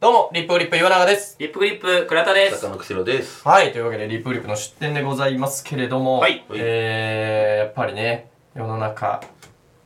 どうも、リップグリップ岩永です。リップグリップ倉田です中野釧路です。はい、というわけで、リップグリップの出店でございますけれども、はいえー、やっぱりね、世の中、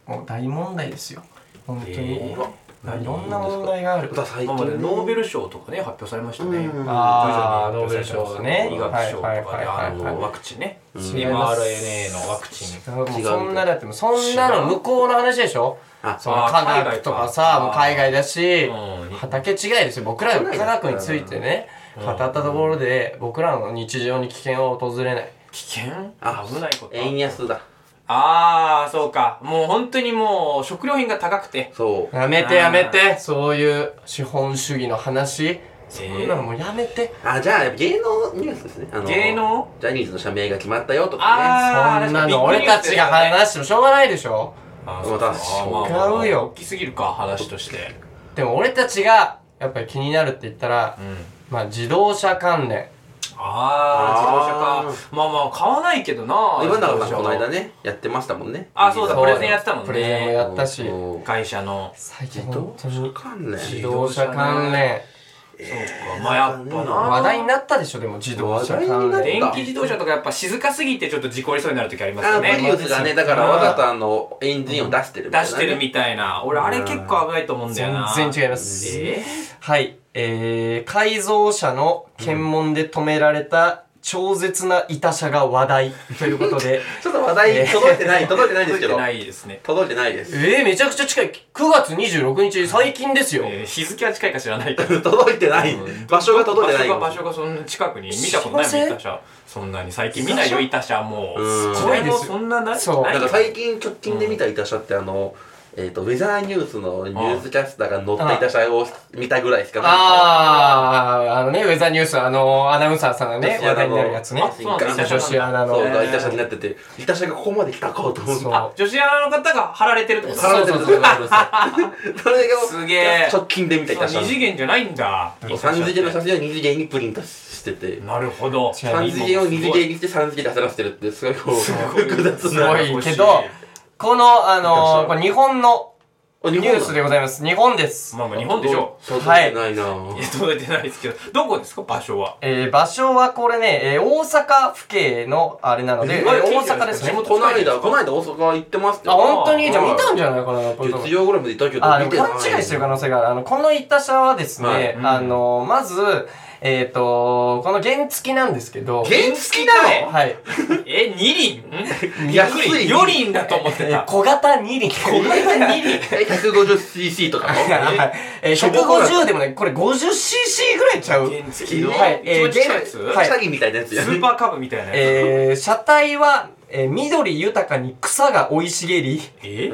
もう大問題ですよ。本当に。えーまあいろんな問題がある。また最今近までノーベルル賞とかね発表されましたねうんあーノーベル賞ね医学賞とかはいねはいはいあはいのワクチンね違います mRNA のワクチンもう違うそんなだってもうそんなの向こうの話でしょあその科学とかさもうあー海海外だしうん畑違いですよ僕らが科学についてね語ったところで僕らの日常に危険は訪れない危険あ危ないこと円安だ。ああそうかもう本当にもう食料品が高くてそう。やめてやめてそういう資本主義の話そんなのもうやめてあ、じゃあ、やっぱ芸能ニュースですね。あの芸能ジャニーズの社名が決まったよとかね。あーそんな確かにの俺たちが話してもしょうがないでしょあそうだ違うよ大きすぎるか話としてでも俺たちがやっぱり気になるって言ったらうんまあ自動車関連ああーあ自動車かまあまあ買わないけどな今永さん、自動車この間ね、やってましたもんね。あそうだそうプよレゼンやってたもんプレゼンもねやったしそう会社の最近自本動当に車関自連。動車関連そうかまあやっぱな話題になったでしょでも自動車関話題連に電気自動車とかやっぱ静かすぎてちょっと事故りそうになる時ありますあ、よプリウねスがね、だからわざとあの、エンジンを出してる出みたいなね。してるみたいな俺あれ結構危ないと思うんだよな全然違いますえはいえー、改造車の検問で止められた超絶な板車が話題ということでちょっと話題届いてない、届いてないーで届すけいてど。ないですね届いてないです。えー、めちゃくちゃ近い9月26日最近ですよ、えー日付は近いか知らないけど届いてない。場所が届いてない。場所が場所がそんな近くに見たことない知りませもんん板車そんなに最近見ないよ板車もうんうすごこいれですよもそんななそうないなんか最近直近で見たいた車ってあの、えっ、と、ウェザーニュースのニュースキャスターが乗ったいた車を見たぐらいしかなあーあのねウェザーニュースあのアナウンサーさんがいね話題になるやつねあそうなんだ女子アナのそう、ねいた車になってて、いた車がここまで来たかと思って。そうあ女子アナの方が貼られてるってことさられてるそうそ そうれそうが、すげえ直近で見たいた車。二次元じゃないんだ三次元の写真を二次元にプリントしてて、なるほ違どう三次元を二次元にして三次元で走らせてるって、すごいこう、複雑すごな。いけどこのあのこれ日本のおニ日ュースでもございます日本ですまあまあ日本でしょ届いてないなぁいや届いてないですけどどこですか場 所はえー、場所はこれね、えー、大阪府警のあれなので、ええーー大阪ですね地。元この間、この間大阪行ってますって。あ、本当にじゃあはい見たんじゃないかな、これ。月曜ぐらいまでいたけど、あ、で見もてない勘違いしてる可能性がある。あの、この行った車はですね、はいあの、まず、えっ、と、この原付きなんですけど、原付なのはい。え二輪安い四輪だと思っえてーた小型2輪。小型2輪 150cc とかのえー、150でもね、これ 50cc ぐらいちゃう。原付のはいえー一番ちっちゃいやつス原はい詐欺みたいなやつやーパーカブみたいなやつえー、車体は、えー緑豊かに草が生い茂り、ええ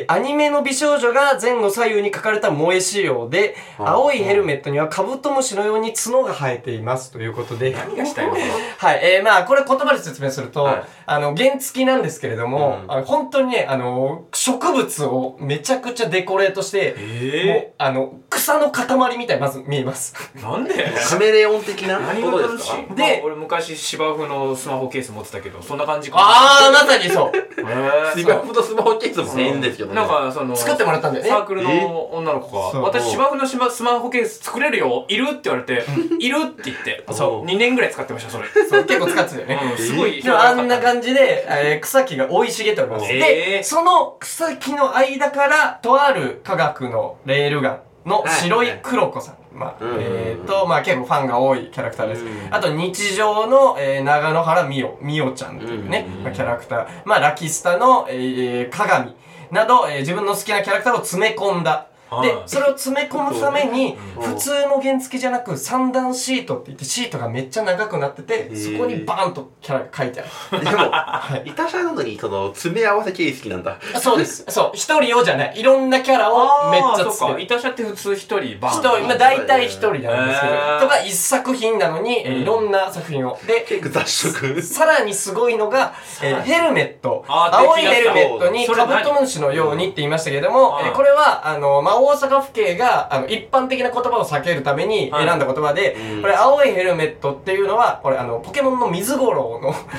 ーアニメの美少女が前後左右に書かれた萌え仕様で、あ青いヘルメットにはカブトムシのように角が生えていますということで、何がしたいのかなはい、えーまあ、これ言葉で説明すると、はいあの、原付きなんですけれども、うんあの本当にね、あの、植物をめちゃくちゃデコレートして、もえう、あの、草の塊みたいにまず見えます。ーなんでカメレオン的な何こがと楽でしすかいでで俺昔芝生のスマホケース持ってたけどそんな感じかあー、まさにそう。へースマホとスマホケースもそうねいいんですけどねなんかそ の作ってもらったんだよねサークルの女の子そがう「私芝生のしまスマホケース作れるよいる?」って言われて「いる?」って 言ってそう2年ぐらい使ってましたそれそう結構使ってたよね。うんすご いでもあんな感じで、えー草木が生い茂っております。えで、ーその草木の間から、とある科学のレールガンの白い黒子さん。まあ、うんえっ、と、まあ結構ファンが多いキャラクターですう。んあと、日常の、えー長野原美代、美代ちゃんというね、うんまあキャラクター。まあ、ラキスタの、えー、鏡など、えー自分の好きなキャラクターを詰め込んだ。では、いそれを詰め込むために、うん普通の原付じゃなく三段シートって言って、シートがめっちゃ長くなってて、そーこにバーンとキャラが書いてある。でもいたしゃなのにその詰め合わせ形式なんだそうです。そう。一人をじゃない。いろんなキャラをめっちゃつそうけかる。板車って普通一人バン一人、まあ大体一人なんですけど、へーとか一作品なのに、えーいろんな作品を。で、結構 雑食さらにすごいのが、えーヘルメット。あー青いでヘきましルたメットにそれカ何ブトムシのようにって言いましたけども、うんえーこれは、あの、まあ、大阪府警が、あの、一般的な言葉を避けるためには選いんだ言葉で、うんこれ、青いヘルメットっていうのは、これ、あの、ポケモンの水五郎の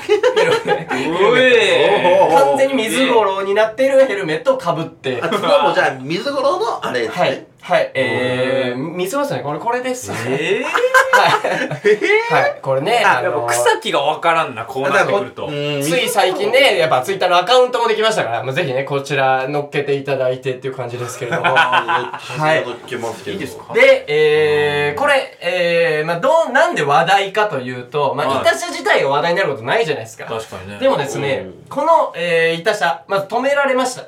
ヘルメット。おえおー完全に水五郎になってるヘルメットを被って、あ角もじゃあ水頃のあれですはいね。はい、えー、見せましたね。これ、これです。ええはい。はい、これね、ああやっのぱ草木がわからんなこうなってくるとうんつい最近ね、やっぱツイッターのアカウントもできましたから、まあ、ぜひね、こちら乗っけていただいてっていう感じですけれども。はい。いいですかで、えー、これ、えー、まあ、どう、なんで話題かというと、まあ、はイいタシャ自体が話題になることないじゃないですか。確かにねでもですねうん、この、えー、イタシャ、まず止められました。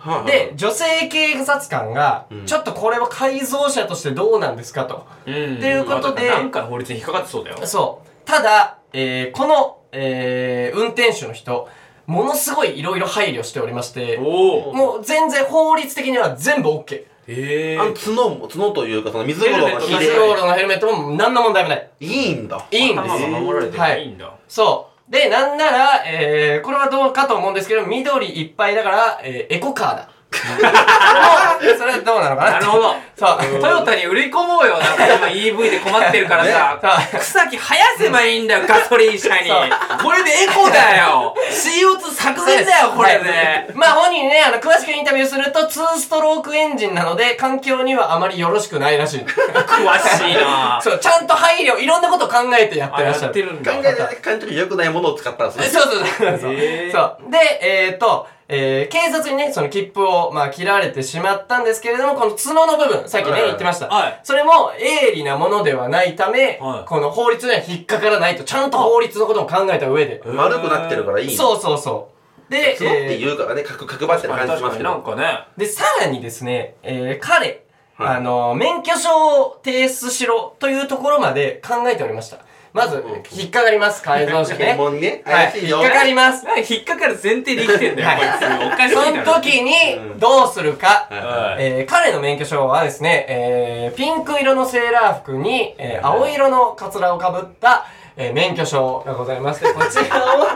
はいで、、女性警察官が、んちょっとこれは改造車としてどうなんですかと。うんっていうことでまあなんかの法律に引っかかってそうだよそう。ただ、えー、この、えー、運転手の人、ものすごいいろいろ配慮しておりまして、おおもう全然法律的には全部 OK。ええあの角も、角というか、その水風呂ヘルのメット火水で路路のヘルメットも何の問題もない。いいんだ。いいんです。頭が守られてはないいいんだそう。で、なんなら、えー、これはどうかと思うんですけど、緑いっぱいだから、えー、エコカーだ。 もうそれはどうなのかななるほどそう。トヨタに売り込もうよなんか今 EV で困ってるからさね草木生やせばいいんだよガソリン車にそうこれでエコだよ CO2 削減だよこれはいでまあ本人にね、あの、詳しくインタビューすると、2ストロークエンジンなので、環境にはあまりよろしくないらしい。詳しいなそう、ちゃんと配慮、いろんなことを考えてやっあてらっしやゃるって。るん考だえられ感じで良くないものを使った ら、そえれそうそう そうそう。へーそう。で、えっ、ー、と、えー、警察にね、その切符を、まあ、切られてしまったんですけれども、この角の部分、さっきね、はい言ってました。はいそれも、鋭利なものではないため、はいこの法律には引っかからないと、ちゃんと法律のことも考えた上で。丸くなってるからいい。そうそうそう。で、角ってえー言うからね、角、角張ってる感じし確まかにすけなんど。かねで、さらにですね、えー、彼、はいあの、免許証を提出しろというところまで考えておりました。まずうん、引っかかります、改造してね。検問ね、はい 怪、しい引よ。っかかります。なんか引っかかる前提で生きてんだよ、 はいこいつ。おかしいそだのろ。時に、どうするか。はいはいえー彼の免許証はですね、えーピンク色のセーラー服に、えー青色のカツラをかぶった、えー免許証がございまして、 こちらを、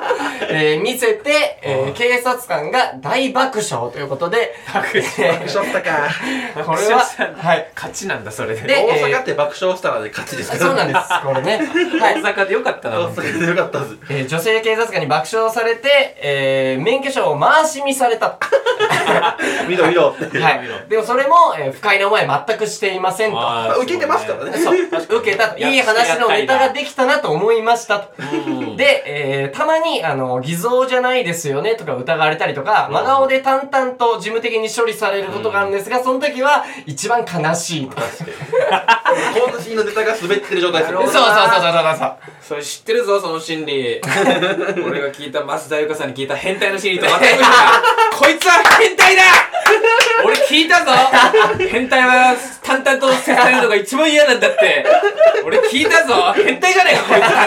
えー見せて、えー警察官が大爆笑ということで、爆笑したか。これは、 はい。勝ちなんだ、それで。でえー大阪って爆笑したらね、勝ちですから。そうなんです、これね。はい大。阪でよかったな、大本当に阪でよかったです。えー女性警察官に爆笑されて、えー免許証を回し見された。見ろ見ろって。はい。でもそれも、えー不快な思いは全くしていませんと。あまーあ受けてますからね。そう、受けたと。いい話のネタができたなと思いましたと。うんで、えーたまに、あの、偽造じゃないですよねとか疑われたりとか、真顔で淡々と事務的に処理されることがあるんですが、その時は一番悲しいと。こん身のネタが滑ってる状態ですよなそうるそうほそどうそうそうなそう。 それ知ってるぞ、その心理。俺が聞いた、増田由香さんに聞いた変態の心理と全く違う。こいつは変態だ俺聞いたぞ変態は淡々と接されるのが一番嫌なんだって。俺聞いたぞ変態じゃねえか、こいつから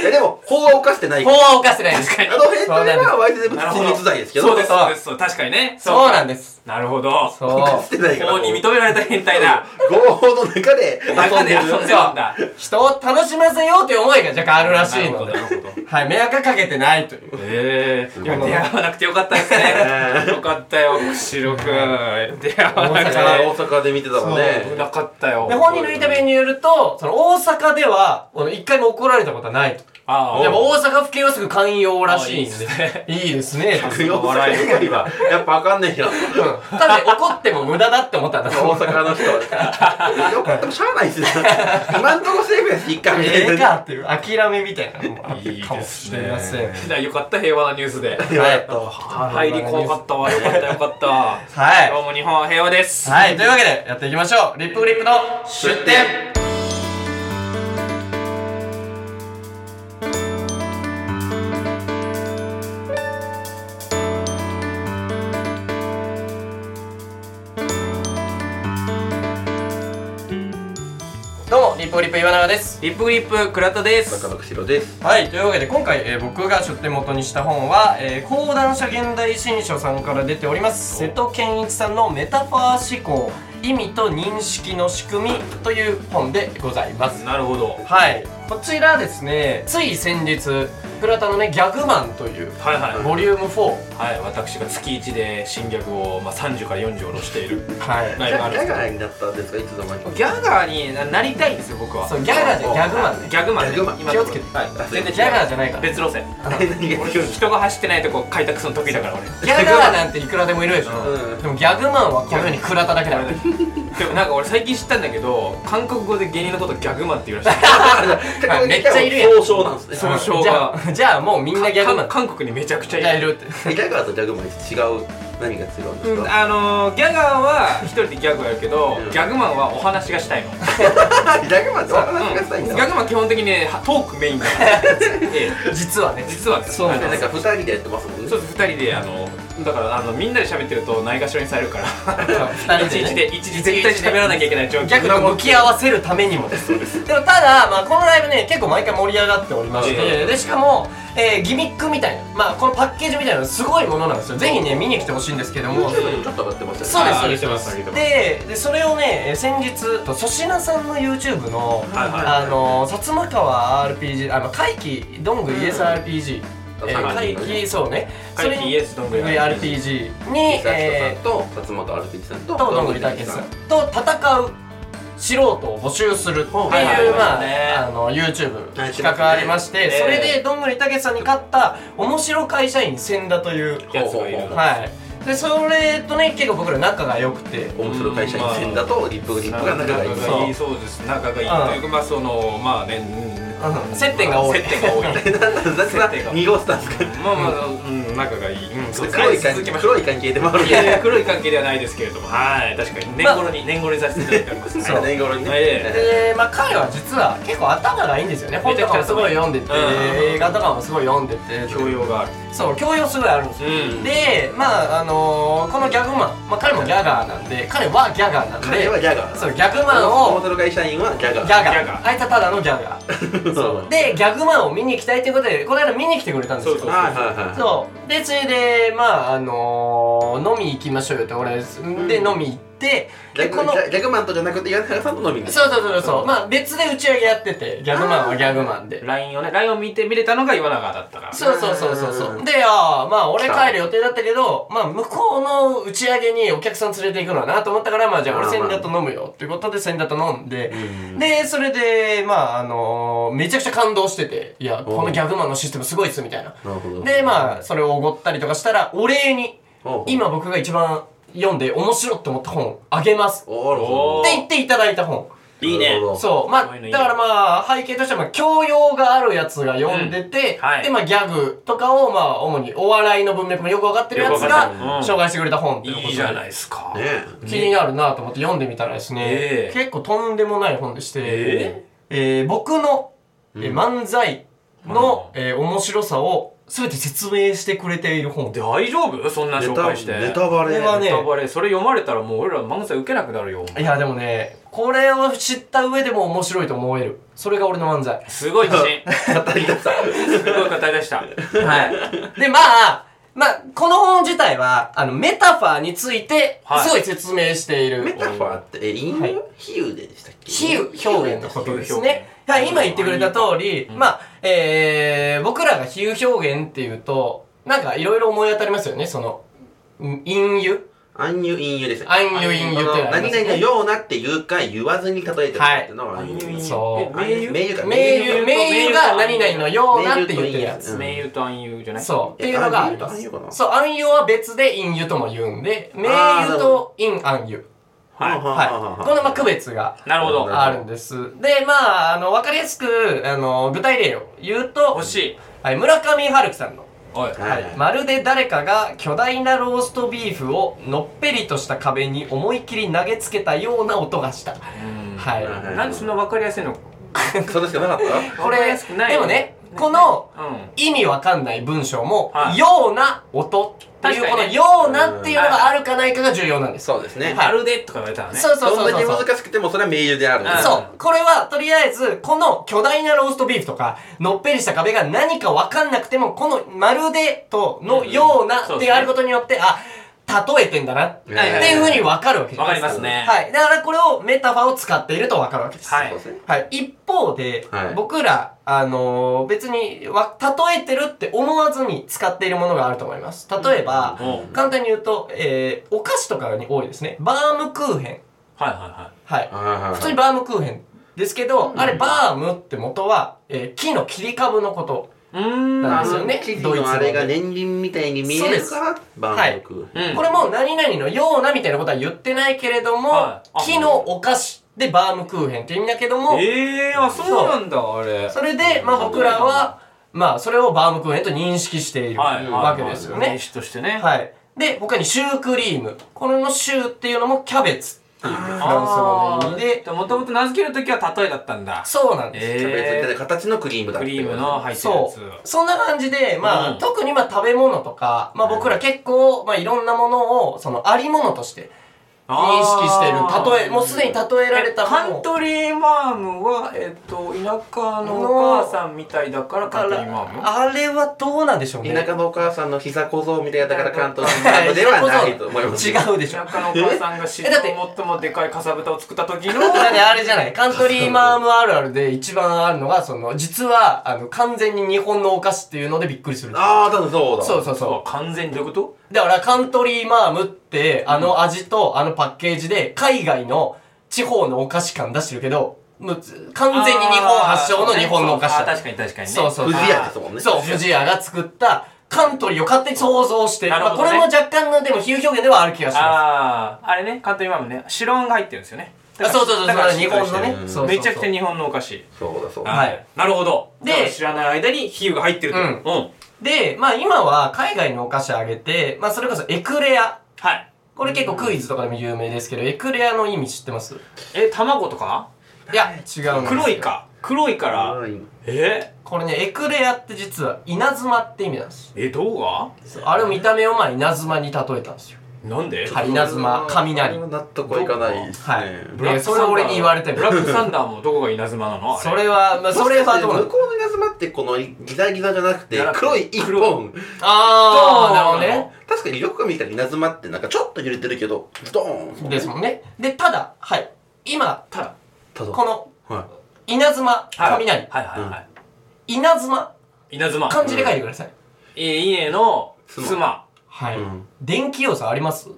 いやでも、法は犯してない。あ法は犯してないです。の辺そうなんですは、ワイズでの。物なるほど。陳述罪ですけど。そうです、そうです。そう確かにね。そうかなんです。なるほど。そう。犯してないから。法に認められた変態だ。合法の中で遊中んでで遊んる。でるんだ。人を楽しませようという思いが若干あるらしいのでな。るほど。はい、迷惑かけてないという。ええー、いやごい出会わなくてよかったです ね。よかったよ、釧路くん。出会わなくあて。ー大阪で見てたもん危ね。なかったよ。で、本人のインタビューによると、その大阪では、この一回も怒られたことはないと。ああ、でも大阪府警はすぐ寛容らしいんあいいでですね。いいですね。大阪以外は、やっぱわかんねえよ。うん。ただね怒っても無駄だって思ったんだ。大阪の人は。よかったもしゃあないっすよ。今んとこセーフやし、一回目。ええかっていう諦めみたいなのもあっいているでかもしすれません。ね。よかった、平和なニュースで。はい。入り怖かったわ。よかった、よかった。はいどうも日本は平和です。はい、というわけでやっていきましょう。リップグリップの出店どうも、リップグリップ岩永です。リップグリップ、倉田で大阪す。の釧路です。はい、というわけで今回、えー僕が出典元にした本は、えー講談社現代新書さんから出ております瀬戸健一さんの「メタファー思考意味と認識の仕組み」という本でございます。なるほど。はい、こちらですねつい先日倉田のね「ギャグマン」というはいはい。ボリューム4、はい、私が月1で新ギャグを、まあ、30から40下ろしているはい、ライブがあるんガですガになったんですかいつの間にか。けどギャガーにななりたいんですよ、僕は。そうギャガーじゃギャグマンねギャグマンねギャグマン今気をつけてはい全然違うギャガーじゃないから別路線何が違う俺人が走ってないとこ開拓 するの得意だから俺ギャガーなんていくらでもいるでしょ、うんでもギャグマンはこの世に倉田だけだうんでもなんか俺最近知ったんだけど韓国語で芸人のことギャグマンって言うらしいあめっちゃいるやん総称なんです総ね称じゃあじゃあもうみんなギャグマン韓国にめちゃくちゃいがいるるってギャガーとギャグマン違う何が違うんですうんかあのー、ギャガーは一人でギャグをやるけど、うんギャグマンはお話がしたいの、うん、ギャグマンってお話ギがしたいんだャグマン基本的にねトークメインだから、ええ実は ね実はそうあなのんなんか二人でやってますもんねそうです二人であのだからあのみんなで喋ってるとないがしろにされるから2一日で一日絶対に喋らなきゃいけない状況逆に向き合わせるためにもですでもただ、まあ、このライブね結構毎回盛り上がっておりまして、えでしかも、えーギミックみたいな、まあ、このパッケージみたいなのすごいものなんですよぜひね見に来てほしいんですけども YouTube にちょっと上がってましたそうですあ上げてます上げてますででそれをねえー先日粗品さんの YouTube のはいはいあの薩摩川 RPG あの怪奇どんぐり ESRPG、うんえー怪怪奇奇そうねそ怪れ奇にイエスどんぐり RPG に、久え人さんと薩摩川 RPG さんとー、とどんぐりたけしさんと戦う素人を募集するっていう、はいはいはいまあ、ねあの YouTube はい企画がありまして、ねそれでどんぐりたけしさんに勝った面白会社員千田という、やつがいるほうほうほうはいでそれとね結構僕ら仲が良くて面白い会社に線だとリップリップが仲がいいそういいそうです仲がいいというかまあそのまあねうんうん接点が多い接点が多い雑な濁したんですかまあまあうん仲がいいうんそうです黒はいい関続き係ましょう黒い関係でもあるんいやいでや黒い関係ではないですけれどもはい確かに年頃に年頃にさせていただいておりますそうはい年頃にねえで、まあ、彼は実は結構頭がいいんですよね本とかもすごい読んでて、うん映画とかもすごい読んでて教養があるそう教養すごいあるんですよ、うんでまああのーこのギャグマン、まあ、彼もギャガーなんで彼はギャガーなんで彼はギャガーそうギャグマン面を白い会社員はギャガギャーガーギャガーあいつはただのギャガーそうでギャグマンを見に行きたいということでこの間見に来てくれたんですよそうそうはいはいはいそうでそれでまああのー飲み行きましょうよって俺ですで、飲み行ってギでャグこのギャグマンとじゃなくて柳原さんと飲みにそうそうそうそうまあ別で打ち上げやっててギャグマンはギャグマンで LINE をね LINE を見て見れたのが岩永だったからそうそうそうそううそんう。で、ああ、まあ俺帰る予定だったけど、まあ向こうの打ち上げにお客さん連れて行くのはなと思ったから、まあじゃあ俺まあま千あ田と飲むよっていうことで千田と飲んで、うんで、それで、まああのーめちゃくちゃ感動してて、いや、おうこのギャグマンのシステムすごいっすみたいな。なるほどで、まあそれをおごったりとかしたら、お礼に、おう今僕が一番読んで面白いって思った本あげます。っておうおう言っていただいた本。いいねなるほどそう、まそうあ、いうのいいだからまあ、背景としては、まあ、教養があるやつが読んでて、うんはいで、まあ、ギャグとかを、まあ、主にお笑いの文脈もよくわかってるやつよくわかってるがう、ん紹介してくれた本っていうことで。いいじゃないですかねえ気になるなと思って読んでみたらですねえ、え結構とんでもない本でして、ええー僕の、えー漫才の、えー面白さを全て説明してくれている本で。大丈夫そんな紹介してネタバレこれはねネタバレそれ読まれたらもう俺ら漫才受けなくなるよいや、でもね、これを知った上でも面白いと思える。それが俺の漫才。すごい自 信語り出したすごい語り出したはい。 で、まあ、まあ、この本自体は、あの、メタファーについては、いすごい説明している。メタファーって、え、隠はい語比喩でしたっけ比喩表現のことですね。比喩表現はい、今言ってくれた通り、うんまあ、えー、僕らが比喩表現っていうと、なんかいろいろ思い当たりますよね、その、ん隠喩暗喩隠喩ですね。暗喩隠喩ってのがありま何す々のね。ようなっていうか言わずに例えてるっていうのがはい暗喩暗喩そう。暗喩名誉か名誉、名誉が何々のようなって言ってるやうつん。名優と暗優じゃないそう。っえていうのがありま暗す喩かな。そう、暗喩は別で隠喩とも言うんで、名あ喩ーなるほと陰暗喩。はいはい。このまあ区別がなるほどなあるんです。で、まあ、あの、わかりやすく、あの、具体例を言うと欲、しいはい、村上春樹さんの、おいははいい、まるで誰かが巨大なローストビーフをのっぺりとした壁に思い切り投げつけたような音がした。ははい。はいなんでそんな分かりやすいのそれしかなかったこわかりれ、やすくないでもね、この、う意味わかんない文章も、はいような音っていう、確こかのにねようなっていうのがあるかないかが重要なんです。そうですねんはいまるでとか言われたらねそうそうどそうんだそけうそう。難しくてもそれは名誉である。うんそう。これは、とりあえず、この巨大なローストビーフとか、のっぺりした壁が何かわかんなくても、このまるでとのよううんうんそなっうでてすねあることによって、あ、例えてんだな、ってはいはいはいいうふうにわかるわけじゃわなかいでりすか。ますねはい。だからこれをメタファーを使っているとわかるわけです。はいそうですねはい。一方で、はい僕ら、あのー別にわ、例えてるって思わずに使っているものがあると思います。例えば、おう簡単に言うと、えー、お菓子とかに多いですね。バームクーヘン。はいははい。はいはい普通にバームクーヘンですけど、あれバームって元は、えー木の切り株のこと。うーん。なんあですよのね生地ドイツののあれが年輪みたいに見えるから万国はいうんこれも何々のようなみたいなことは言ってないけれども、はいあ木のお菓子でバームクーヘンって意味だけども、ええー、あ、そうなんだ、あれ。それで、まあ僕らは、まあそれをバームクーヘンと認識しているはいわけですよはいはいね。名詞としてね。はい。で、他にシュークリーム。このシューっていうのもキャベツっていうフランス語の意味で、もともと名付けるときは例えだったんだ。そうなんです。キャベツみたいえな形のクリームー、だっクてリームの入ってるやそつ。う。そんな感じで、まあ、うん特にまあ食べ物とか、まあ僕ら結構、まあいろんなものを、そのありものとして認識してる。例え、もうすでに例えられたカもンのを。トリーマームは、えっと、田舎のお母さんみたいだから、カントリーマームあれはどうなんでしょうね。田舎のお母さんの膝小僧みたいなだから関東のマームではないと思います違うでしょ田。舎のお母さんが史上 えだって最もでかいかさぶたを作った時の、だってあれじゃない、カントリーマームあるあるで一番あるのが、その、実は、あの、完全に日本のお菓子っていうのでびっくりする。ああ多分そうだそうそうそうそ完全にどういうことう。だから、カントリーマームって、あの味とあのパッケージで、海外の地方のお菓子感出してるけど、もうず完全に日本発祥の日本のお菓子あーだ確。かに確かにね。そうそう不二家ですもんねそう、藤屋が作った、カントリーを勝手に想像して、なるまあほこどれねも若干の、でも比喩表現ではある気がしまああ、あれね、カントリーマームね、白あんが入ってるんですよね。す。あそうそうそう、だだかからら日日本本ののねね。、そうそうそうめちゃくちゃ日本のお菓子。そうだそうだはいあー。なるほど。でで、知らない間に比喩が入ってると。うんうん。で、まあ今は海外のお菓子あげて、まあそれこそエクレア。はい。これ結構クイズとかでも有名ですけど、エクレアの意味知ってますいえ、卵とかや、違うんですよ黒い。か。黒いから。えこれね、エクレアって実は稲妻って意味なんです。え、どうがあれを見た目をまあ稲妻に例えたんですよ。なんではい稲妻雷これは納得はいかないですねはいブラッでクサそンれダーを俺に言われてもブラックサンダーもどこが稲妻なのあれそれは、まあそれはどうな向のこうの稲妻ってこのギザギザじゃなくてじゃなくて黒い一本あー、なるほどね。確かによく見たら稲妻ってなんかちょっと揺れてるけどドーンですもんね。で、ただ、はい。今、ただ、ただこのは稲妻、はい、雷、はいはいはい。稲妻、稲妻。漢字で書いてください。え、家の妻妻。はいうん電気要素あります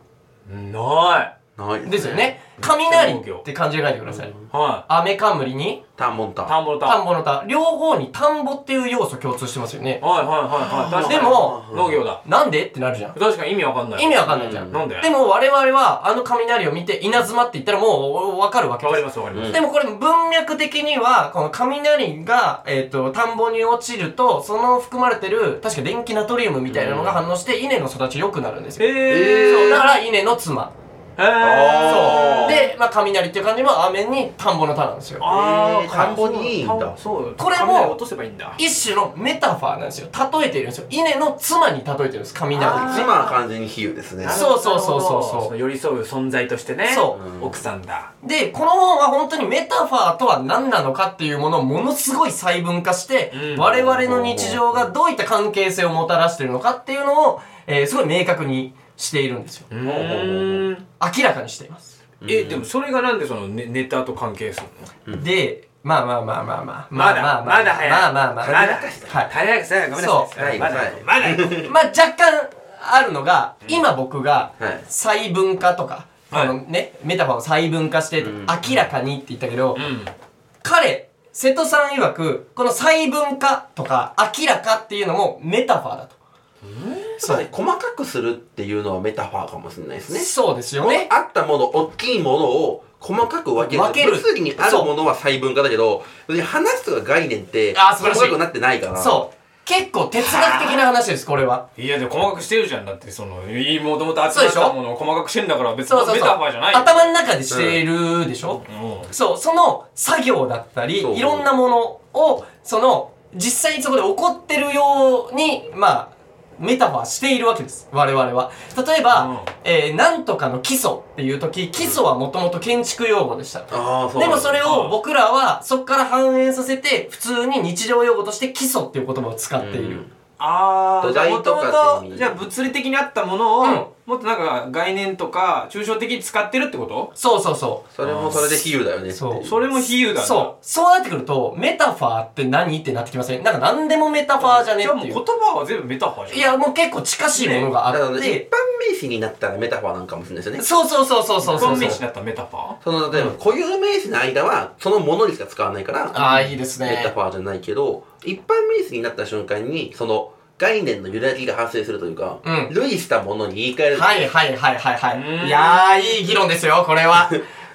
ない。ないですよね。雷って漢字で書いてください。はい。雨冠に、タンモンタン田んぼの田。田んぼの田、両方に田んぼっていう要素共通してますよね。はいはいはいはい。確かでにも農業だ。なんでってなるじゃん。確かに意味わかんない。意味わかんないじゃん。うんなんででも我々はあの雷を見て稲妻って言ったらもうわかるわけわかでりす。ますわかります。でもこれ文脈的には、この雷が、えっ、と、田んぼに落ちると、その含まれてる、確か電気ナトリウムみたいなのが反応して、稲の育ち良くなるんですよ。えそう、ー。だから稲の妻。えー。そあーう。で、まあ雷っていう感じも雨に田んぼの田なんですよ。あえー、ー田んぼにいいんだ田ぼそう。これも雷落とせばいいんだ。一種のメタファーなんですよ。例えているんですよ。稲の妻に例えてるんです、雷を。あ妻は完全に比喩ですねそうそうそうそうそうなるほどの寄り添う存在としてね。そう奥さんだ。で、この本は本当にメタファーとは何なのかっていうものをものすごい細分化して、うん我々の日常がどういった関係性をもたらしているのかっていうのを、えーすごい明確にしているんですよ。うーん。明らかにしています。え、でもそれがなんでそのネネタと関係するので、まあまあまあまあまあ。まだまだ早いまあまあまあ。まだはい。早くさ、ごめんなそさうい。はいまだはい、ま だ。まあ若干あるのが、今僕がはい細分化とか、はあいのね、メタファーを細分化して、ん明らかにって言ったけど、うん。彼、瀬戸さん曰く、この細分化とか明らかっていうのもメタファーだと。そうね細かくするっていうのはメタファーかもしれないですねそうですよこのね。あったもの、大きいものを細かく分ける。分ける物理にあるものは細分化だけど、別に話すとか概念って、あー素晴細らしいかくなってないから。そう。結構哲学的な話です、これは。いや、でも細かくしてるじゃん。だって、その、いいもともと集そうまでっしょたものを細かくしてんだから、別にそうそうメそう。タファーじゃないよ。頭の中でしてるでしょ、うん。そう、その作業だったり、そういろんなものを、その、実際にそこで起こってるように、まあ、メタファーしているわけです。我々は。例えば、うんえーなんとかの基礎っていう時、基礎はもともと建築用語でした。ああ、そう。でもそれうをん僕らはそこから反映させて普通に日常用語として基礎っていう言葉を使っている、うんあー、土じゃあ台もととかもって意味と、じゃあ物理的にあったものを、もっとなんか概念とか抽象的に使ってるってことそうそうそそれもそれで比喩だよねっていそうそれも比喩う。だそう。そうなってくると、メタファーって何ってなってきませんなんか何でもメタファーじゃねじっゃあもてうい言う。葉は全部メタファーじゃんいや、もう結構近しいものがだかあっら一般て、名詞になったらメタファーなんかもしれないですよそねうそうそうそうそうそう。本名詞だったらメタファーその例えば固有名詞の間はそのものにしか使わないからああ、いいですメタねフ。ァーじゃないけど一般名詞になった瞬間にその概念の揺らぎが発生するというか、うん類したものに言い換える、はいはいはいはいはうーい。んいやー、いい議論ですよ、これは。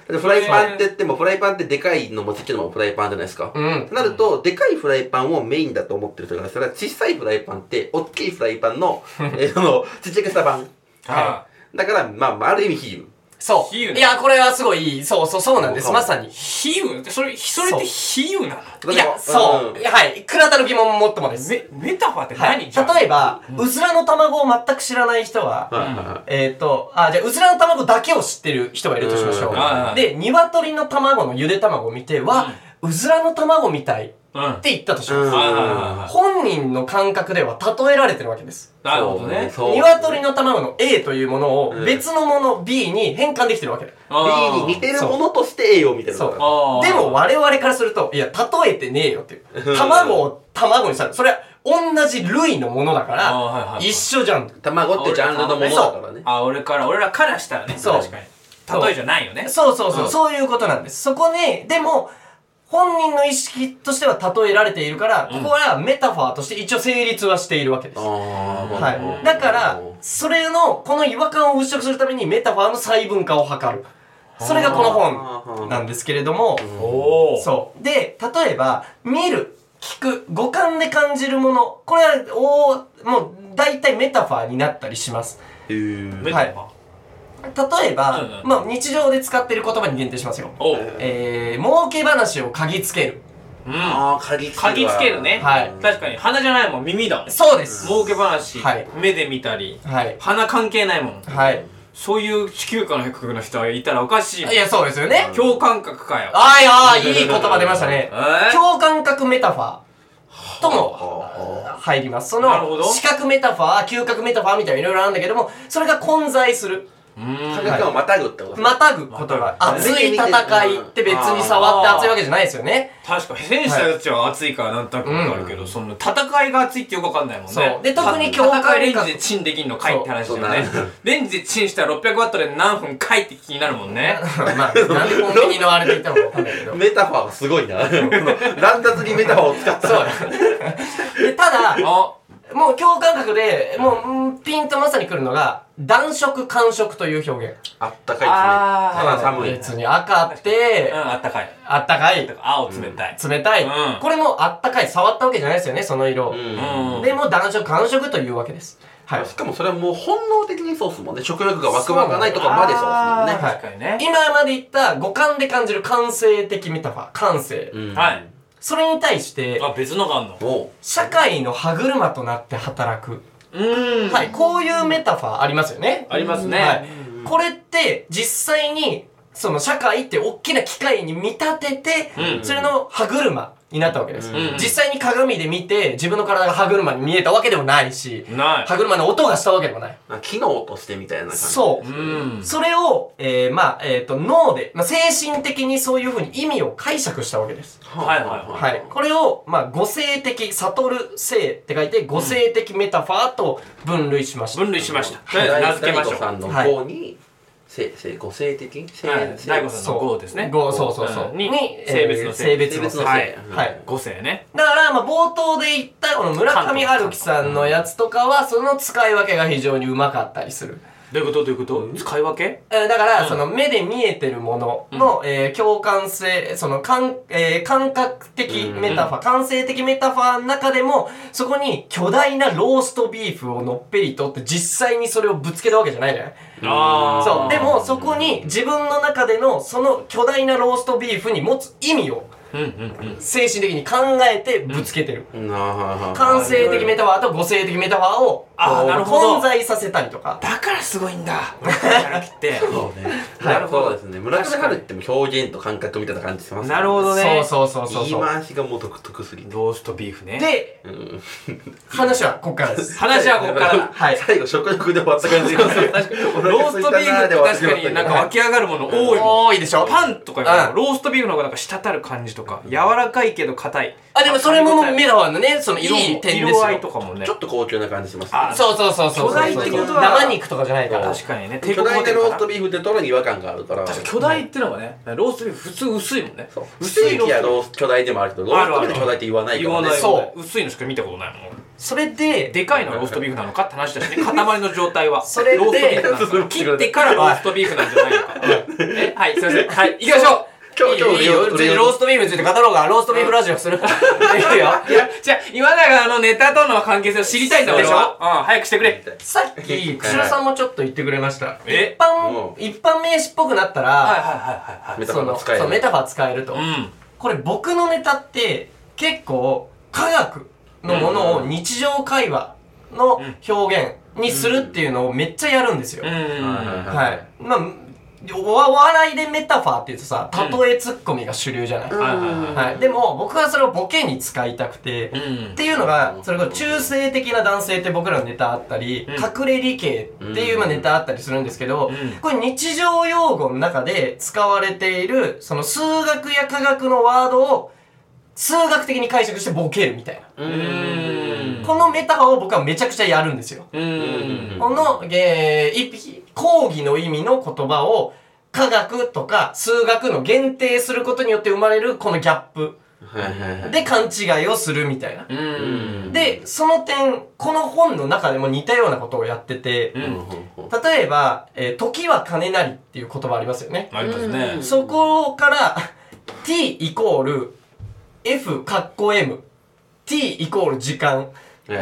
でフライパンって言ってもフライパンってでかいのもちっちゃいのもフライパンじゃないですか、うん。なると、でかいフライパンをメインだと思ってる人がいますそれは小さいフライパンって、おっきいフライパン の、えーその、ちっちゃくした版。はだから、まあ、まあある意味比喩。そう。比喩いねや、これはすごいいい。そうそう、そうなんです。そうかまもさに。比喩それそれって比喩なのいや、そう。いやはい。倉田の疑問ももっともです。メメタファーっては何、い。じゃあ例えば、うずらの卵を全く知らない人は、はいはいはいえっと、あ、じゃあ、うずらの卵だけを知ってる人がいるとしましょうんあう。あで、鶏の卵のゆで卵を見て、は、うずらの卵みたいっうんあて言ったとしうんます。はいはいはいはい本人の感覚では例えられてるわけです。なるほどねそう鶏の卵の A というものをうん別のもの B に変換できてるわけ。あー B に似てるものとして A を見てるそうからあーでも我々からすると、いや、例えてねえよっていう。卵を卵にしたら、それは同じ類のものだかあら、はいはい一緒じゃん。卵ってジャンルのものだからね。あ俺から俺らからしたらねそう確かに例えじゃないよねそうそうそう、うんそういうことなんです。そこに、でも、本人の意識としては例えられているから、うんここはメタファーとして一応成立はしているわけです。はあーい。だから、それの、この違和感を払拭するためにメタファーの細分化を図る。それがこの本なんですけれども、おーそう。で、例えば、見る、聞く、五感で感じるもの、これは、おーもう、大体メタファーになったりします。へーメタファー例えば、うんうんまあ、日常で使っている言葉に限定しますよ。おうえー、儲け話を嗅ぎつける。うんあー、鍵つけるわ。嗅ぎつけるねはい確かに鼻じゃないもん耳だもんそうです。儲け話はい目で見たりはい。鼻関係ないもんはい。そういう地球下の百の人はいたらおかしいもんいや、そうですよね。共感覚かよあいあー、いい言葉出ましたねえ。ー共感覚メタファーともあ入ります。そなるほの、ど視覚メタファー、嗅覚メタファーみたいないろいろあるんだけども、それが混在する。うーーん感覚をまたぐってことですねまたぐことが、またぐ熱い戦いって別に触って熱いわけじゃないですよね。確かに選手たちは熱いからなんとなくわかるけど、その戦いが熱いってよくわかんないもんねそうでた特に共感戦いレンジでチンできんのかいって話だそうよねそうなるレンジでチンしたら600ワットで何分かいって気になるもんねまあ、なんでコンビニのあれで言ったのかわかんないけど。メタファーがすごいな。 乱雑にメタファーを使った。そうで、ただ、あもう共感覚で、もううん、ピンとまさに来るのが、暖色、寒色という表現。あったかいですね。あーただ寒い。別に赤あってうん、あったかいあったかい、青冷たい、冷たい、うんこれもあったかい、触ったわけじゃないですよね、その色。うんでも暖色、寒色というわけです。はい。しかもそれはもう本能的にそうっすもんね。食欲が湧く湧かないとかまでそうっはあいー確かにね、今まで言った五感で感じる感性的メタファー、感性。すもんね。はい。それに対して、あ別のがあんのおう社会の歯車となって働く。うんはい、こういうメタファーありますよね。ありますね、はい、これって実際にその社会って大きな機械に見立てて、うんそれの歯車になったわけです、うん実際に鏡で見て自分の体が歯車に見えたわけでもないしない歯車の音がしたわけでもないなんか機能としてみたいな感じ。そう、うんそれを、えーまあえっと脳で、まあ、精神的にそういうふうに意味を解釈したわけですはいはいはい、これを、まあ、五性的悟る性って書いて五性的メタファーと分類しました、分類しましたとりあえず名付けましょうさはんの方に、せ、せ、個性的性、い大悟さんのそう5ですね五そうそうそう、うんに性別の性性別性の別性の性。はいはい5世ねだから、まあ、冒頭で言ったこの村上春樹さんのやつとかは、その使い分けが非常にうまかったりする。どういうことどういうこと、使い分けえーだから、うんその目で見えてるものの、えー共感性、その感、えー感覚的メタファー、感性的メタファーの中でも、そこに巨大なローストビーフをのっぺりとって実際にそれをぶつけたわけじゃないじゃないあそう。でも、そこに自分の中でのその巨大なローストビーフに持つ意味をうんうん精神的に考えてぶつけてる。なあはあはあ感性的メタファーと語性的メタファーをあーこうなるほど混在させたりとか。だからすごいんだ俺らじゃなくてそうね。なるほどそうですね。村上春っても表現と感覚みたいな感じしますなるほどねそうそうそうそう言いそう。回しがもう独特すぎて。ローストビーフねで、うん。話はここから です。話はここからだはい最後、食欲で終わった感じがする。確かローストビーフって確かになんか湧き上がるもの多いもん多いでしょパンとかよりもうんローストビーフの方がなんか滴る感じとか柔らかいけど硬いあ、でもそれもメタファーのね、そのい色いも点です色合いとよ。かもねちょっと高級な感じしますね。あそうそうそうそう。巨大ってことは生肉とかじゃないから。確かにね巨大なローストビービーフってところに違和感があるから。フ巨大ってのがねローストビーフ普通薄いもんねそう。薄薄いいロースやトビーロース巨大でもあるけど、ロフーストビーフって巨大って言わないから言わねない。そ薄いのしか見たことないもんそれで、でかいのはローストビーフなのかって話だしね、塊の状態 は。それでローストビーフなのか切ってからローストビーフなんじゃない のか。えはい、すいません。はい、行きましょう今日今い日いよ、今別に日ローストビーフについて語ろうが、ローストビーフラジオする。いいよ。いや、じゃあ、今永のネタとの関係性を知りたいんだ、そう俺でしょは。うん、早くしてくれ。さっき、くしろさんもちょっと言ってくれました。え一般う、ん一般名詞っぽくなったはいら、はいはいメタフそァーの、が使えそうる。メタファー使えるとは。い。うん。これ僕のネタって、結構、科学のものを日常会話の表現にするっていうのをめっちゃやるんですよ。うん。はいはいはいはい。まあ、おお笑いでメタファーって言うとさ、うん例えツッコミが主流じゃない。はいうんはい。でも、僕はそれをボケに使いたくてう、んっていうのが、それこそ中性的な男性って僕らのネタあったり、うん隠れ理系っていうまあネタあったりするんですけど、うんこれ日常用語の中で使われている、その数学や科学のワードを数学的に解釈してボケるみたいな。ううんこのメタファーを僕はめちゃくちゃやるんですよ。うん。うん。この、えー、一匹、講義の意味の言葉を科学とか数学の限定することによって生まれるこのギャップはいはいはい。で勘違いをするみたいな。うん。うん。で、その点、この本の中でも似たようなことをやってて、ううんんうんうん例えば、えー時は金なりっていう言葉ありますよね。ありますね。うんそこから、t イコール f かっこ m、t イコール時間、はい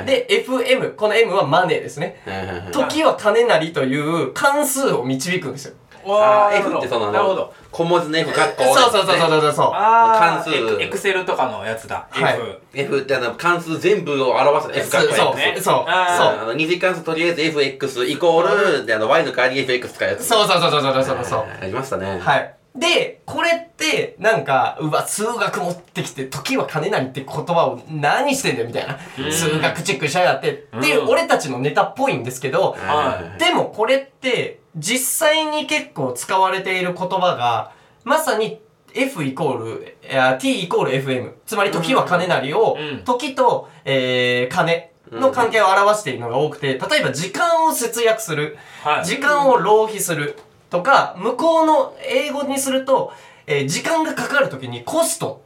で、fm、この m はマネーですね。はいはいはい時は金なりという関数を導くんですよ。わあー F ってそのあなるほどの。小文字の F かっこそうそうそうそうそうそう。あー関数エクエクセルとかのやつだ。はい F。 F ってあの関数全部を表す F かっこそうねそうそうああの二次関数とりあえず FX イコールであの Y の代わりに FX 使うやつそうそうそうそうそうそうそう。ありましたねはい。で、これって、なんか、うわ、数学持ってきて、時は金なりって言葉を何してんだよ、みたいな。数学チェックしやがって、っていううん俺たちのネタっぽいんですけど、はでもこれって、実際に結構使われている言葉が、まさに F イコール、いや T イコール FM。つまり時は金なりを、うん時と、えー、金の関係を表しているのが多くて、例えば時間を節約する。はい。時間を浪費するとか、向こうの英語にすると、えー時間がかかるときにコスト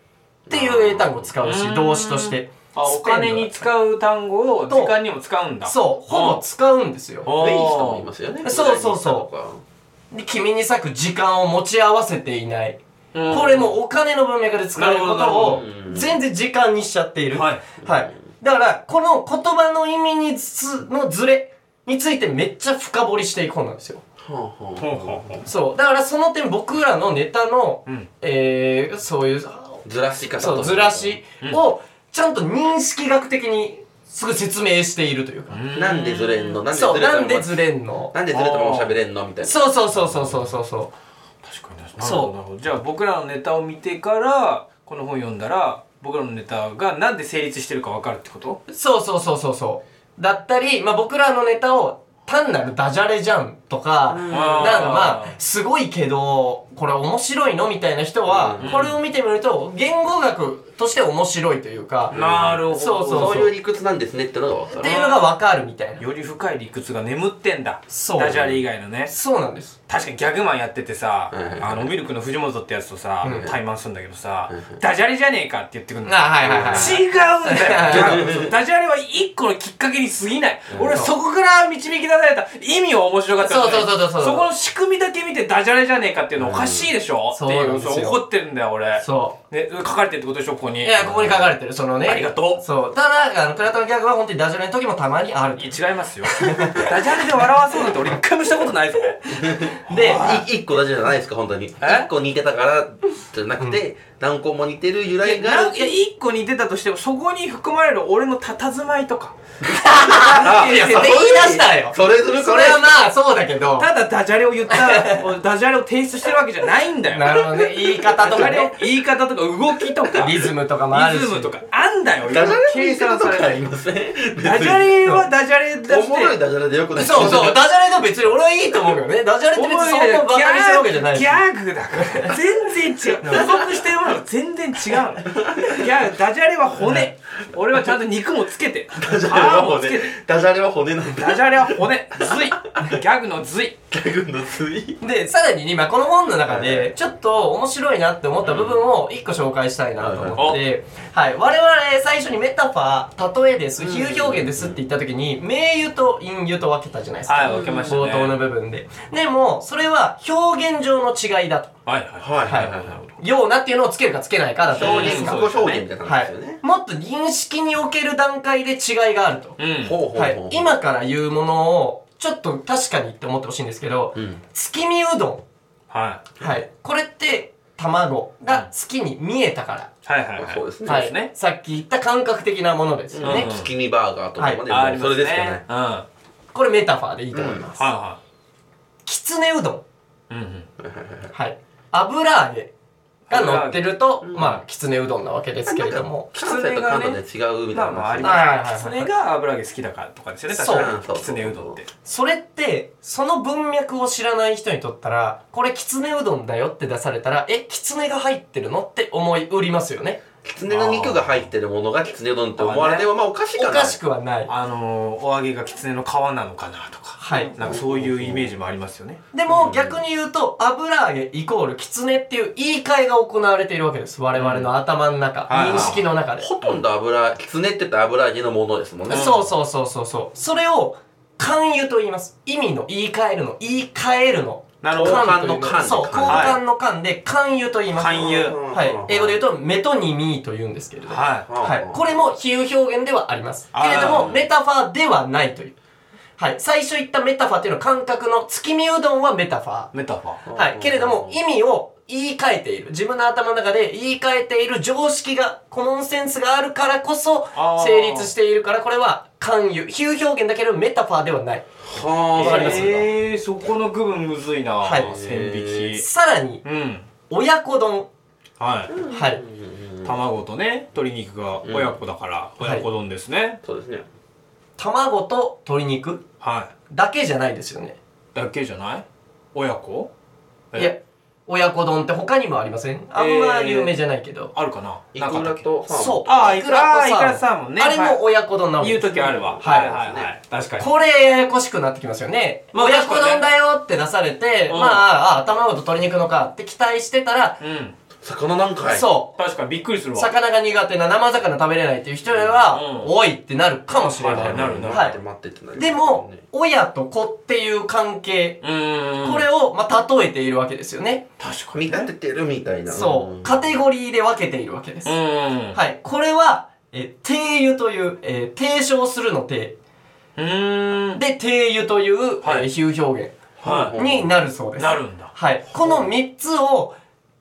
っていう英単語を使ううしん、動詞として。あお金に使う単語を時間にも使うんだ。そう、ほぼ使うんですよ。いおいーい人もいますよねそうそうそで、君に咲く時間を持ち合わせていない。うんこれもお金の文脈で使われるこなるとほをどなるほど全然時間にしちゃっている。はい。はい。だから、この言葉の意味につ、のズレについてめっちゃ深掘りしていく本なんですよ。ほうほほううほほうほう。そう。だからその点僕らのネタの、うんえー、そういううずらし方そう、ずらしを、ちゃんと認識学的にすぐ説明しているというか。なんでずれんのなんでずそう、れたなまんまでずれんのなんでずれたまま喋れんのみたいなそうそうそうそうそうそうそ確かに確かに。そうなるほどなるほど。じゃあ僕らのネタを見てからこの本読んだら僕らのネタがなんで成立してるかわかるってこと？う。そうそうそうそうそう。だったり、まあ、僕らのネタを、単なるダジャレじゃんとか、うなんんかまああー、すごいけど、これ面白いのみたいな人はう、んこれを見てみると、言語学として面白いというか、なるほど。そうそうそういう理屈なんですねってのが分っかてるいうのがわかるみたいな。より深い理屈が眠ってんだ。そうダジャレ以外のね。そうなんです。確かにギャグマンやっててさ、はいはいはいあのミルクの藤本ってやつとさ、うん対マンするんだけどさ、いはいダジャレじゃねえかって言ってくるんだあはいはいはい違うんだよはいそうダジャレは一個のきっかけに過ぎない、うん俺はそこから導き出された意味を面白がったんだよそうそうそうそうそうこの仕組みだけ見てダジャレじゃねえかっていうのおかしいでしょ、うんっていそうなうでんすよそう怒ってるんだよ俺そね、書かれてるってことでしょ、ここに。いや、ここに書かれてる、そのね。ありがとうそう。ただ、あの、倉田のギャグは本当にダジャレの時もたまにある。いや違いますよ。ダジャレで笑わそうなんて俺一回もしたことないぞ。で、い一個だけじゃないですか、本当に。一個似てたからじゃなくて、何個も似てる由いや来があなるんか一個似てたとしても、そこに含まれる俺の佇まいとか。いや、それ言い出したよ。それぞれそれはまあ、そうだけど。ただダジャレを言った、ダジャレを提出してるわけじゃないんだよ。なるほどね。言い方とダジかャレをね。言い方とか動きとか、リズムとかもあるリし。ズムとかあんだよ。ダジャレ計計算算さされれなないいません。ダジャレはダジャレだおしもろて。いダジャレでよくない。そうそう、ダジャレでも別に俺はいいと思うけどね。ダジャレって別にそんなバカにしてるわけじゃないギし。ャグだから全然違う補足してるものが全然違うのギャグダジャレは骨俺はちゃんと肉もつけてダジャレは皮もつ骨けて。ダジャレは骨なんだ。ダジャレは骨髄ギャグの髄ギャグのツイで、さらに今この本の中はいはで、ちょっと面白いなって思った部分を一個紹介したいなと思っはいて、はい、我々最初にメタファー、例えです、比喩表現ですって言った時に、名喩と隠喩と分けたじゃないですか。分けま冒頭の部分で。でも、それは表現上の違いだと。はいはいはいはいはいはようなっていうのをつけるかつけないかだとい。思うん表です現、が自う、ん己表現みたいなは感じいですよね。。もっと認識における段階で違いがあると。うんほうほうほ。はいう今から言うものを、ちょっと確かにって思ってほしいんですけど、うん。月見うどん。ははい。これって、卵が月に見えたかいはいはいそうですら。ね。ははいい。そうですねさっき言った感覚的なものですよね。うんうん月見バーガーとかもね、ああもりうまそすれねですよね。うんはこれメタファーでいいと思います。はきつねうどん。いうんうんはい。油揚げが乗ってると、油揚げまあ、きつねうどんなわけですけれども。関西と関東で違うみたいまなあまああり話。ますはいはいはいはいキツネが油揚げ好きだからとかですよね確かにそうキツネうどんってそれって、その文脈を知らない人にとったら、これきつねうどんだよって出されたら、え、きつねが入ってるのって思い売りますよね。きつねの肉が入ってるものがきつね丼って思われてもまあおかしいおかなかしくはない。あのーお揚げがキツネの皮なのかなとかはいなんかそういうイメージもありますよねでも逆に言うと、油揚げイコール狐っていう言い換えが行われているわけです。我々の頭の中、はいは認い識の中で。ほとんど油きつねって言ったら油揚げのものですもんねそうそうそうそうそう。それを、漢油と言います。意味の言い換えるの、言い換えるの。なるほど漢という交換の漢そう、はい交換の漢で漢油と言います。漢油はい。英語で言うと、メトニミーと言うんですけれども。ははい。これも比喩表現ではあります。あーけれども、メタファーではないという。はい。最初言ったメタファーっていうのは感覚の月見うどんはメタファー。いメタファーはい。けれども、今意味を言い換えている。自分の頭の中で言い換えている常識が、コモンセンスがあるからこそあー、成立しているから、これは、勧誘。比喩表現だけど、メタファーではない。はあわかりますえー、そこの区分むずいな、はい線引きさらに、うん親子丼。はいはい。卵とね鶏肉が親子だから、うん親子丼ですねそうですね卵と鶏肉はい、だけじゃないですよね。だけじゃない親子えいや、親子丼って他にもありませんあんま有名じゃないけど。あるかなイなかクったラっけとサーモンそう。あーイクラとイクライクラサーモンねあれも親子丼なの。言う時あるわ、はいはいはいはい確かにこれややこしくなってきますよね。まあ親確子か丼にねだよって出されて、うんまあ、あ、卵と鶏肉のかって期待してたら、うん魚なんかいそ確かにびっくりするう、わ魚が苦手な生魚食べれないっていう人らは、うんおいってなるかもしれはないい。なるなるはい待ってってなるでも、親と子っていう関係、うーんこれを、まあ、例えているわけですよね。確か見にね立ててるみたいなそう、カテゴリーで分けているわけです。うーんはい、これは、え、定油という、えー提唱するの定。うーんで、定油という、はいえー比喩表現。はになるそうです。なるんだはい。この3つを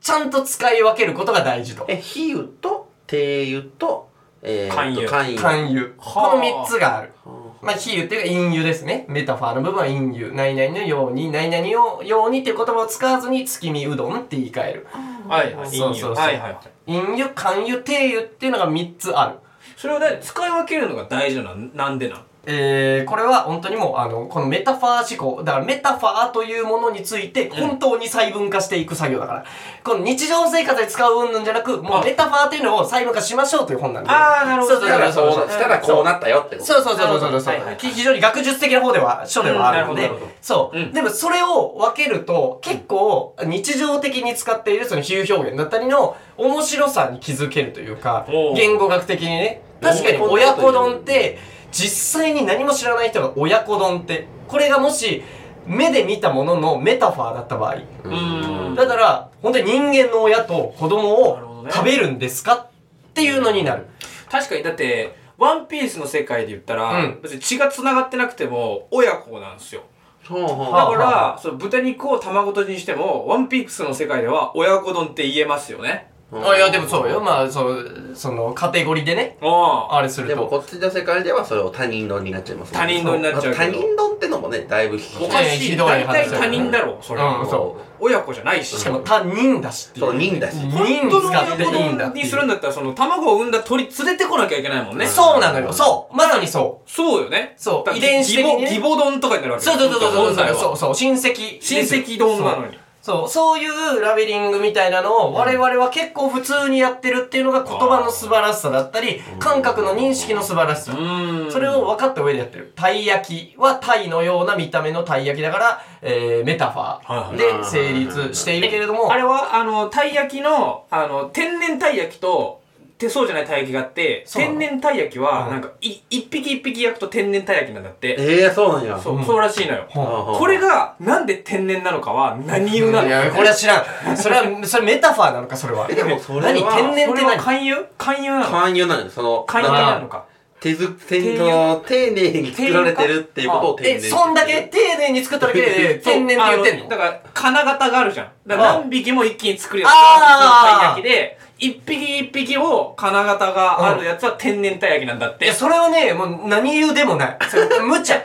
ちゃんと使い分けることが大事と。え比喩と定喩とえー勧誘勧誘勧誘。はあこの3つがある。はまあ、比喩っていうか、隠喩ですね。メタファーの部分は隠喩。何々のように、何々をようにっていう言葉を使わずに、月見うどんって言い換える。はいはいそうそうそうはいはいはい隠喩、勧誘、定喩っていうのが3つある。それをね使い分けるのが大事なのはなんでなのえー、これは本当にもう、あの、このメタファー思考。だからメタファーというものについて、本当に細分化していく作業だから。この日常生活で使う云々じゃなく、もあうメタファーというのを細分化しましょうという本なんで。あーなるほどそうしそたうらそうこうしたらこうなったよってことそうそうそうそうそうなるほどはいはいき非常に学術的な方では、書ではあるので、うんなるほどなるほどそう、うんでもそれを分けると、結構日常的に使っているその比喩表現だったりの面白さに気づけるというかおう、言語学的にね。確かに親親子子丼丼って、実際に何も知らない人が親子丼って、これがもし、目で見たもののメタファーだった場合。ううんんだから、本当に人間の親と子供なるほどどね食べるんですかっていうのになる。確かにだってワンピースの世界で言ったら、うん別に血が繋がってなくても親子なんですよほうほあだうかはあはらその豚肉を卵とじにしてもワンピースの世界では親子丼って言えますよねうんあいや、でもそうよ。まあ、そう、その、カテゴリーでね、あああれするでもと。こっちの世界ではそれを他人丼になっちゃいます他人丼になっちゃうけど他人丼ってのもねだいぶひおかねしひいどい大話だ体よね他人だろそれはうんそ親子じゃないししかも、他人だしってういそうう。人だし本人当の使っていいんだ親子っ丼てにいうするんだったらその卵を産んだ鳥連れてこなきゃいけないもんねそうなのよ。そう。まさにそう。そうよねそうだから遺伝子的にね義母義母丼とかになるわけそうそうそうそう本来そうはそうそう親戚です親戚丼なのにそうそういうラベリングみたいなのを我々は結構普通にやってるっていうのが言葉の素晴らしさだったり感覚の認識の素晴らしさーんそれを分かった上でやってるたい焼きはたいのような見た目のたい焼きだから、えー、メタファーで成立しているけれどもあれはあのたい焼きのあの天然たい焼きと手そうじゃないたい焼きがあってそうなの天然たい焼きは、うんなんかい一匹一匹焼くと天然たい焼きなんだってええそうなんやそう,、うんそうらしいのよ、ほうこれがなんで天然なのかは何言うなのいやこれは知らんそれはそれメタファーなのかそれはえでもそれは何天然っそてれは何勧誘勧誘なの勧誘なんやその勧誘なんかなのか手づ手その丁寧に作られてるっていうことを丁寧えにそんだけ丁寧に作っただけで そう天然って言ってんのあだから金型があるじゃんだからああ何匹も一気に作るやつああが普通のたい焼きで一匹一匹を金型があるやつは天然たい焼きなんだっいて、や、それはね、もう何言うでもない。それ無 茶。い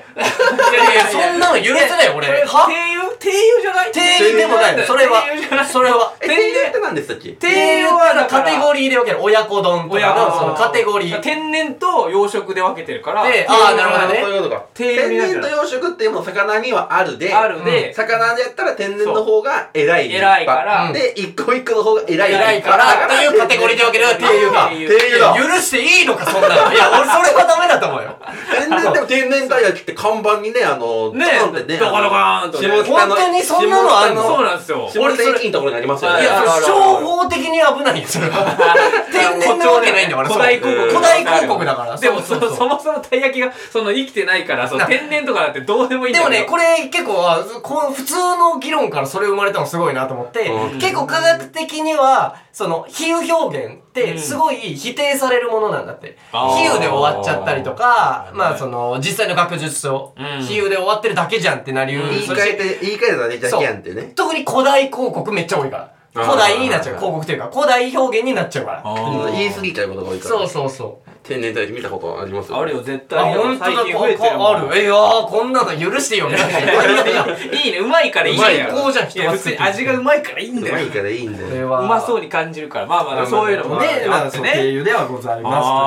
ややいや、そんなの許せない、俺。はは定油定油じゃない定油でもない。それは定油じゃな、いそれは。え天然って何でしたっけ定油はだからカテゴリリーで分ける。親子丼とかのそのカテゴリー。天然と養殖で分けてるからで定あーな油るほどねそういうことか定油に天なっちゃう然と養殖っていうのは魚にはあるであるで、魚でやったら天然の方が偉いそう偉いからで一個一個の方が偉い偉いからっていうカテゴリーで分ける定油が。定い油定油だや許していいのか、そんな の。いや、俺、それはダメだと思うよ。天然でも天然たい焼きって看板にねあのねドカンってねドカドカーンとね下北本の当にそんなのあんのそうなんですよ下北駅のところにありますよいねや、あるあるある商法的に危ないよ、それは。 天然なわけないんだから、古代それ広告古代広告だから。でもそそうそうそうそもそもたい焼きがその生きてないからそのな天然とかだってどうでもいいんでだもけどね、これ結構あこう、普通の議論からそれ生まれたのすごいなと思って、う結構科学的には、その、比喩表現ってうんすごい否定されるものなんだって。あー比喩で終わっちゃったりとか、いまあその、実際の学術書、うん比喩で終わってるだけじゃんってなりうる。言いそ換してえて言い換えたらねじゃあそうキャンってね特に古代広告めっちゃ多いから。あー古代になっちゃう。広告というか、古代表現になっちゃうから。あー言い過ぎちゃうことが多いからそうそうそう。天然たい焼き見たことありますあるよ絶あ、対よ本当だ、最近増えてるもこんある。え、いやー、こんなの許してよ、み た いな。いいね、うまいからいいんだよ。うまいこうじゃんいや、別に味がうまいからいいんうだまいよ。からいいんだこれよはうまそうに感じるから。まあまあ、そういうのもね、あまあ、ってそう経ね。由ではございますというこあ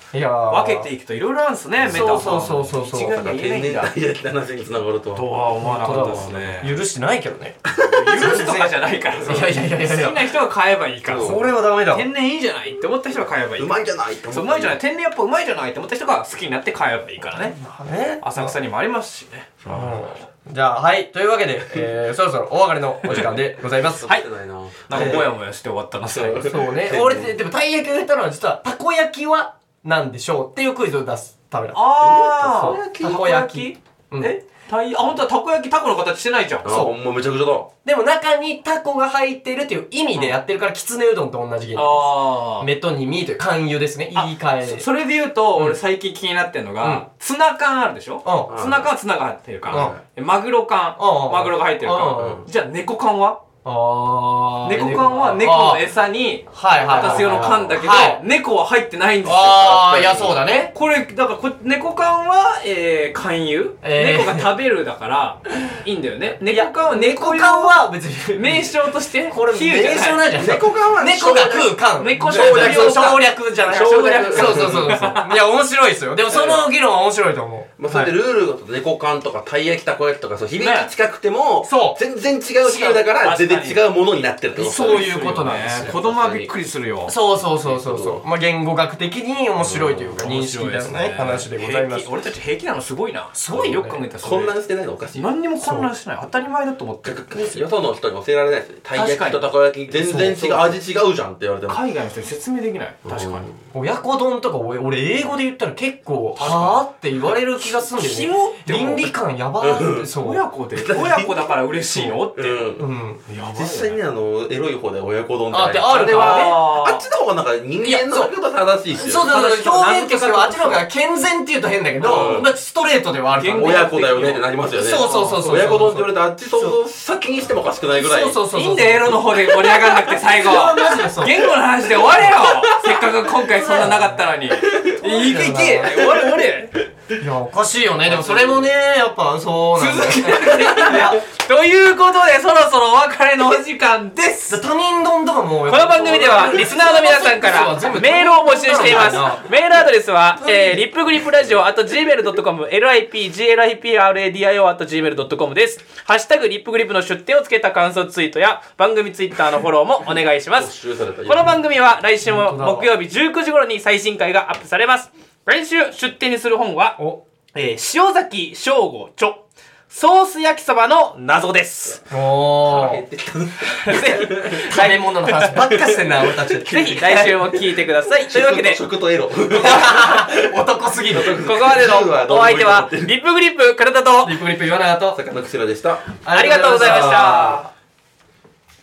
とで。いやあ。分けていいくといろいろあるんすね、メタファーそうそうそうそうそう一だ概かにらは言えないんだ。天然たい焼きの話につながるととはは思わなかったですね。許してないけどね。許すとかじゃないから。いやいやいやいやいや好きな人は買えばいいから。そうそれはダメだわ。天然いいじゃないって思った人は買えばいいうから。まいじゃないって思そっうてうまいじゃない。天然やっぱうまいじゃないって思った人が好きになって買えばいいからね。まあね浅草にもありますしね。うんじゃあ、はい。というわけで、え ーそろそろお別れのお時間でございます。はい食べてないななんかもやもやして終わったな、最後。そうね。俺ね、でも、たい焼きを言ったのは、実は、たこ焼きは何でしょうっていうクイズを出すためだ。あえーたこあ焼きたこう焼んきえたいあ本当はたこ焼きタコの形してないじゃんあそうほんまめちゃくちゃだでも、中にタコが入ってるっていう意味でやってるから、きつねうどんと同じ原理。あーメトにミーという勧誘ですね。言い換えで。それで言うと、俺最近気になってんのが、うんツナ缶あるでしょ、うんツナ缶はツナが入ってるか、マグロ缶、うんマグロが入ってるか、うんじゃあ猫缶はあー猫缶は猫の餌にはいはいはいはい渡す用の缶だけど、はい猫は入ってないんですよああ、いや、そうだね。これだからこ猫缶は、えー、勧誘、えー猫が食べるだからいいんだよね猫缶は猫猫用缶は別に。名称としてこれ、名比喩じゃない称なんじゃない猫缶は猫が食う缶。猫省省略。略省略じゃない。省略そうそうそうそう。いや、面白いですよ。でも、その議論は面白いと思う。まあ、それではいルールごと猫缶とかたい焼きたこ焼きとかそう響き近くても、そう全然違う比喩だから違う全然違うものになってるってことそういうことなんですよ子供はびっくりするよそうそうそうそうそう。まあ、言語学的に面白いというか、認面識白いでだすよね。話でございま平す気。俺たち平気なのすごいなすごいよよねく考えたらそれ混乱してないのおかしいよ何にも混乱しない当たり前だと思ってるその人に教えられないですよたい焼きとたこ焼き全然そう違そうう味違うじゃんって言われても海外の人に説明できない確かに親子丼とか俺、俺英語で言ったら結構、はぁって言われる気がするんだキよね。モって思う 倫理観やばーって、そう。親子で親子だから嬉しいのってうんうん。やばいよ実際にあの、エロい方で親子丼あってあるあれはね、あーあっちの方がなんか人間のこと正しいし。そうそうそう、表現としてはあっちの方が健全って言うと変だけど、うんまあストレートではあるからね。親子だよねってなりますよね。そうそうそうそう親子丼って言われてあっち想像先にしてもおかしくないぐらい。そうそうそうそう。いいんだよ、エロの方で盛り上がんなくて最後。マジでそう。言語の話で終われよせっかく今回そんななかったのに。いいけいけ終われ終わ れいや、おかしいよね。でもそれもね、やっぱそうなんだよね。いやということで、そろそろお別れのお時間です。他人丼とかもうやっこぱの番組ではリスナーの皆さんからメールを募集していますメールアドレスは、えー、リップグリップラジオ at gmail.com lipglipradio at gmail.com ですハッシュタグリップグリップの出典をつけた感想ツイートや番組ツイッターのフォローもお願いしま没す収されたこの番組は来週も木曜日19時頃に最新回がアップされます来週出展にする本は、おえー、塩崎翔吾著ソース焼きそばの謎 ですお減ーっ。てきたねぜひ食べ物の話ばっかしてんな、俺たち。ぜひ来週も聞いてください。というわけで、こ食と エロ。男すぎる。こまでのお相手は、リップグリップ体と、リップリップ言わなかった。坂のくしらでした。ありがとうございました。